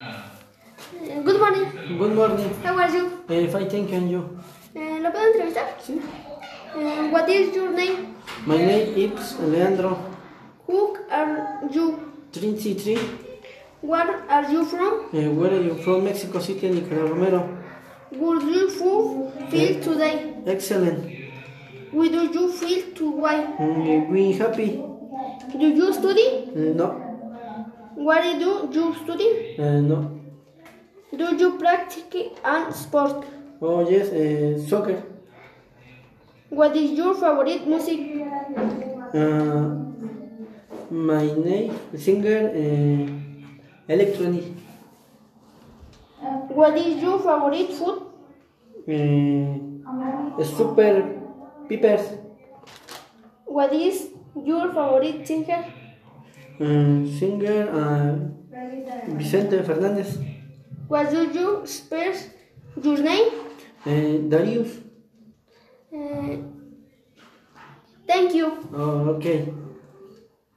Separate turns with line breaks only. Uh, Good morning.
Good morning.
How are you?
Eh, fine, thank you. And you?
Eh, ¿Lo puedo entrevistar?
Sí.
Eh, what is your name?
My name is Leandro.
Who are you?
33.
Where are you from?
Eh, where are you from? Mexico City, Nicolás Romero.
Would you fu- feel today?
Excellent.
Would you feel today?
Mm, we happy? Eh,
Do you study?
No.
What do you study?
Eh, no.
Do you practice an sport?
Oh, yes. eh, soccer.
What is your favorite music?
Uh, my name singer eh, electronic.
What is your favorite food?
Eh, super peppers.
What is your favorite singer?
Mm, singer uh, Vicente Fernández.
What do you spell your name?
Eh, Darius.
Eh, Uh, thank you.
Oh, okay.